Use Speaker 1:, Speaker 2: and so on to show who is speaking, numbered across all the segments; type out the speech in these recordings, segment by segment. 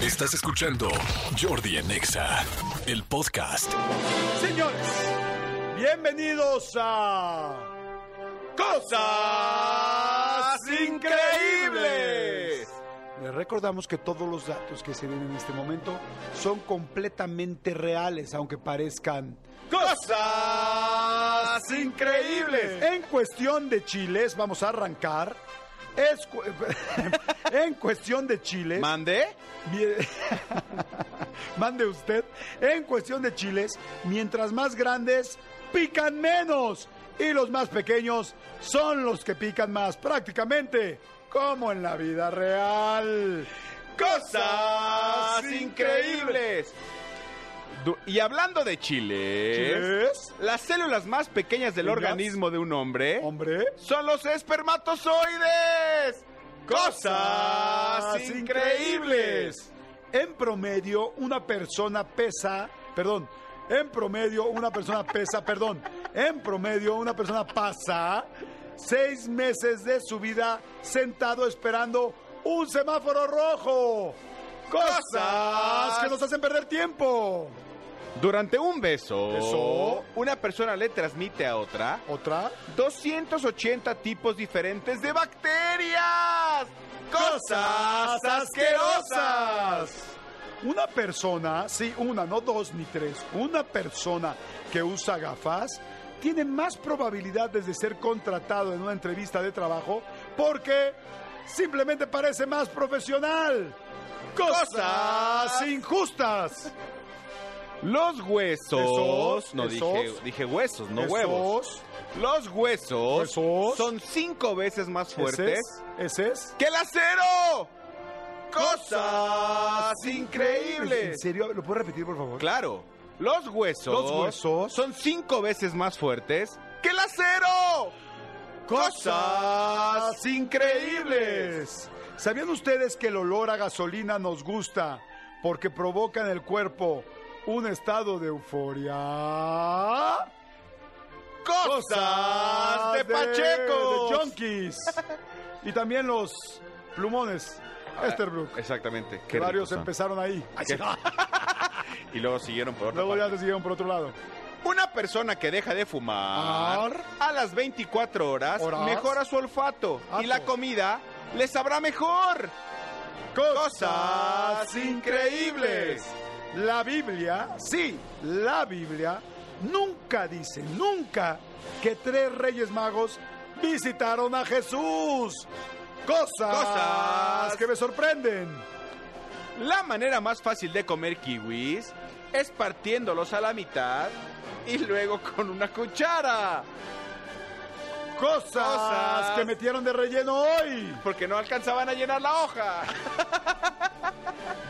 Speaker 1: Estás escuchando Jordi en Exa, el podcast.
Speaker 2: Señores, bienvenidos a Cosas Increíbles.
Speaker 3: Les recordamos que todos los datos que se ven en este momento son completamente reales, aunque parezcan.
Speaker 2: Cosas Increíbles.
Speaker 3: En cuestión de chiles, vamos a arrancar. Es cu- en cuestión de chiles.
Speaker 2: ¿Mandé?
Speaker 3: Bien- Mande usted. En cuestión de chiles, mientras más grandes, pican menos. Y los más pequeños son los que pican más, prácticamente como en la vida real.
Speaker 2: Cosas Increíbles. Du- Y hablando de chiles,
Speaker 3: ¿Chiles?
Speaker 2: las células más pequeñas del
Speaker 3: ¿Chilas?
Speaker 2: organismo de un hombre
Speaker 3: Hombre.
Speaker 2: son los espermatozoides. Cosas Increíbles.
Speaker 3: En promedio, una persona pesa, perdón, en promedio, una persona pesa, perdón, en promedio, una persona pasa seis meses de su vida sentado esperando un semáforo rojo. Cosas que nos hacen perder tiempo.
Speaker 2: Durante un beso,
Speaker 3: Beso.
Speaker 2: una persona le transmite a otra
Speaker 3: Otra.
Speaker 2: 280 tipos diferentes de bacterias. Cosas asquerosas.
Speaker 3: Una persona, sí, una, no dos ni tres, una persona que usa gafas tiene más probabilidades de ser contratado en una entrevista de trabajo porque simplemente parece más profesional. Cosas
Speaker 2: Cosas.
Speaker 3: injustas.
Speaker 2: Los huesos,
Speaker 3: Besos,
Speaker 2: no
Speaker 3: besos.
Speaker 2: dije, dije huesos, no
Speaker 3: Esos-
Speaker 2: huevos. Los huesos,
Speaker 3: Huesos.
Speaker 2: son cinco veces más
Speaker 3: Ese
Speaker 2: fuertes
Speaker 3: es. Ese es.
Speaker 2: que el acero. Cosas
Speaker 3: ¿En
Speaker 2: increíbles.
Speaker 3: serio? ¿Lo puedo repetir, por favor?
Speaker 2: Claro, los huesos,
Speaker 3: Los huesos.
Speaker 2: son cinco veces más fuertes que el acero. Cosas increíbles.
Speaker 3: increíbles. ¿Sabían ustedes que el olor a gasolina nos gusta porque provoca en el cuerpo un estado de euforia?
Speaker 2: Cosas de Pacheco.
Speaker 3: de junkies. y también los plumones. Esterbrook.
Speaker 2: Exactamente.
Speaker 3: Que varios
Speaker 2: ricos son.
Speaker 3: empezaron ahí.
Speaker 2: Qué- Y luego siguieron por otra
Speaker 3: Luego ya
Speaker 2: parte.
Speaker 3: se siguieron por otro lado.
Speaker 2: Una persona que deja de fumar
Speaker 3: Ar.
Speaker 2: a las 24 horas,
Speaker 3: Horas. Ah, pues.
Speaker 2: mejora su olfato y
Speaker 3: Ato.
Speaker 2: la comida le sabrá mejor. Cosas increíbles.
Speaker 3: La Biblia, sí, la Biblia, nunca dice, nunca, que tres reyes magos visitaron a Jesús. Cosas,
Speaker 2: Cosas.
Speaker 3: que me sorprenden.
Speaker 2: La manera más fácil de comer kiwis es partiéndolos a la mitad y luego con una cuchara.
Speaker 3: Cosas,
Speaker 2: Cosas.
Speaker 3: que metieron de relleno hoy.
Speaker 2: Porque no alcanzaban a llenar la hoja.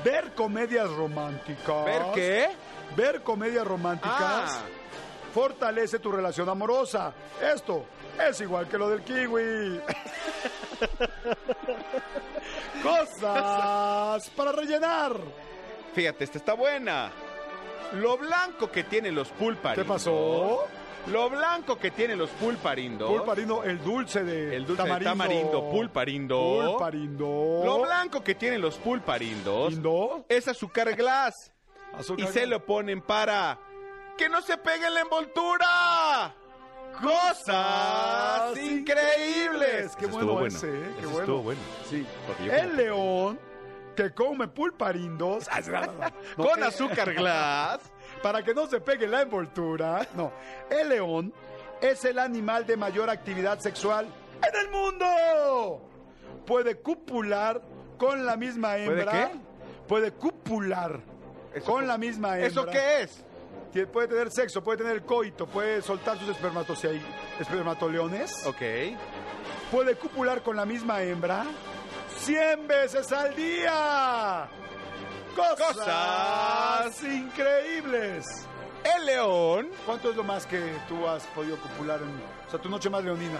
Speaker 3: Ver comedias románticas.
Speaker 2: ¿Ver qué?
Speaker 3: Ver comedias románticas
Speaker 2: Ah,
Speaker 3: fortalece tu relación amorosa. Esto es igual que lo del kiwi. Cosas para rellenar.
Speaker 2: fíjate, esta está buena. Lo blanco que tienen los pulparindos.
Speaker 3: ¿Qué pasó?
Speaker 2: Lo blanco que tienen los pulparindos.
Speaker 3: Pulparindo, el dulce de
Speaker 2: El dulce de tamarindo, pulparindo.
Speaker 3: Pulparindo.
Speaker 2: Lo blanco que tienen los pulparindos
Speaker 3: Lindo.
Speaker 2: es azúcar glass.
Speaker 3: Azúcar.
Speaker 2: y se lo ponen para que no se pegue en la envoltura. Cosas increíbles.
Speaker 3: Qué bueno, ese, ¿eh? Qué bueno. Sí.
Speaker 2: Porque yo como
Speaker 3: El león que come pulparindos. No,
Speaker 2: Con
Speaker 3: el-
Speaker 2: azúcar glass.
Speaker 3: Para que no se pegue la envoltura. No. El león es el animal de mayor actividad sexual en el mundo. Puede cupular con la misma
Speaker 2: ¿Puede
Speaker 3: hembra.
Speaker 2: qué?
Speaker 3: Puede cupular
Speaker 2: ¿Eso
Speaker 3: con
Speaker 2: qué?
Speaker 3: la misma hembra.
Speaker 2: ¿Eso qué es?
Speaker 3: Tie- Puede tener sexo, puede tener coito, puede soltar sus espermatocei- espermatoleones.
Speaker 2: Ok.
Speaker 3: Puede cupular con la misma hembra 100 veces al día. Cosas,
Speaker 2: Cosas.
Speaker 3: increíbles.
Speaker 2: El león.
Speaker 3: ¿Cuánto es lo más que tú has podido cupular en, o sea, tu noche más leonina?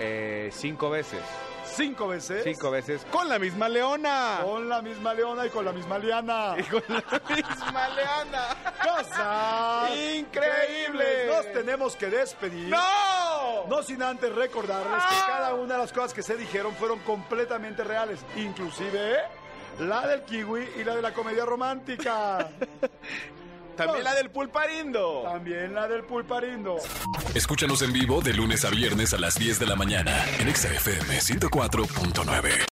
Speaker 2: eh, cinco veces.
Speaker 3: Cinco veces.
Speaker 2: Cinco veces. Ah. Con la misma leona.
Speaker 3: Con la misma leona y con la misma liana.
Speaker 2: Y con la misma leona.
Speaker 3: Cosas
Speaker 2: Increíbles.
Speaker 3: Nos tenemos que despedir.
Speaker 2: ¡No!
Speaker 3: No sin antes recordarles
Speaker 2: ¡Ah!
Speaker 3: que cada una de las cosas que se dijeron fueron completamente reales, inclusive la del kiwi y la de la comedia romántica.
Speaker 2: También la del pulparindo.
Speaker 3: También la del pulparindo.
Speaker 1: Escúchanos en vivo de lunes a viernes a las 10 de la mañana en Exa FM 104.9.